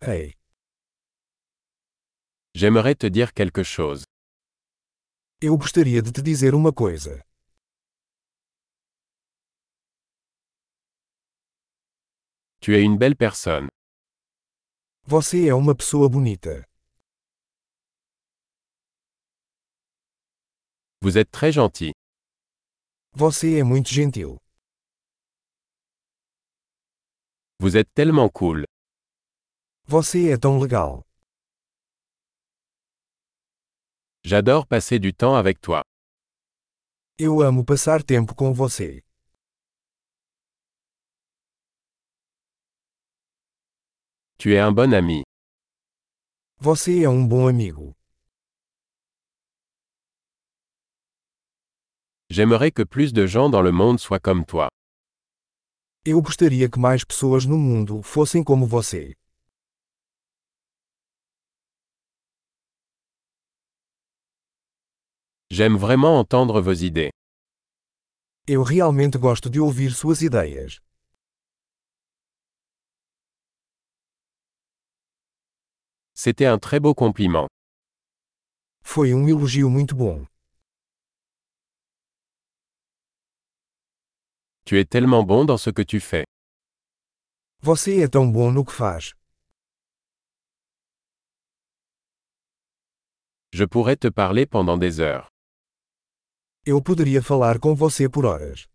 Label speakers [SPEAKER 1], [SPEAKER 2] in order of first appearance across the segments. [SPEAKER 1] Hey,
[SPEAKER 2] J'aimerais te dire quelque chose.
[SPEAKER 1] eu gostaria de te dizer uma coisa.
[SPEAKER 2] Tu es une belle personne.
[SPEAKER 1] Você é uma pessoa bonita.
[SPEAKER 2] Vous êtes très gentil.
[SPEAKER 1] Você é muito gentil.
[SPEAKER 2] Vous êtes tellement cool.
[SPEAKER 1] Você é tão legal.
[SPEAKER 2] J'adore passer du temps avec toi.
[SPEAKER 1] Eu amo passar tempo com você.
[SPEAKER 2] Tu es un bon ami.
[SPEAKER 1] Você é um bom amigo.
[SPEAKER 2] J'aimerais que plus de gens dans le monde soient comme toi.
[SPEAKER 1] Eu gostaria que mais pessoas no mundo fossem como você.
[SPEAKER 2] J'aime vraiment entendre vos idées.
[SPEAKER 1] Eu realmente gosto de ouvir suas ideias.
[SPEAKER 2] C'était un très beau compliment.
[SPEAKER 1] Foi um elogio muito bom.
[SPEAKER 2] Tu es tellement bon dans ce que tu fais.
[SPEAKER 1] Você é tão bom no que faz.
[SPEAKER 2] Je pourrais te parler pendant des heures.
[SPEAKER 1] Eu poderia falar com você por horas.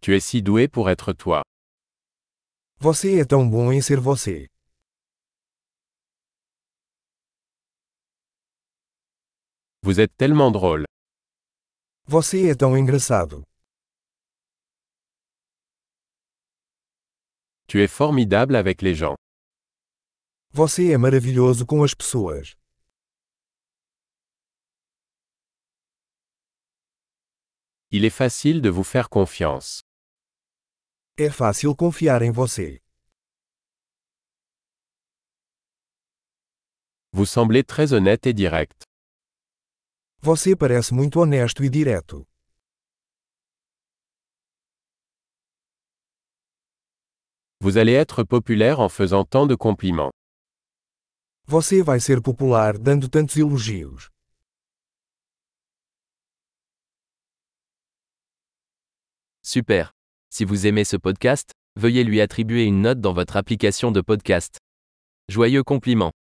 [SPEAKER 2] Tu es si doué pour être toi.
[SPEAKER 1] Você é tão bom em ser você.
[SPEAKER 2] Vous êtes tellement drôle.
[SPEAKER 1] Você é tão engraçado.
[SPEAKER 2] Tu es formidable avec les gens.
[SPEAKER 1] Você é maravilhoso com as pessoas.
[SPEAKER 2] Il est facile de vous faire confiance.
[SPEAKER 1] É fácil confiar em você.
[SPEAKER 2] Vous semblez très honnête et direct.
[SPEAKER 1] Você parece muito honesto e direto.
[SPEAKER 2] Vous allez être populaire en faisant tant de compliments.
[SPEAKER 1] Você vai ser popular dando tantos elogios.
[SPEAKER 3] Super. Si vous aimez ce podcast, veuillez lui attribuer une note dans votre application de podcast. Joyeux compliment.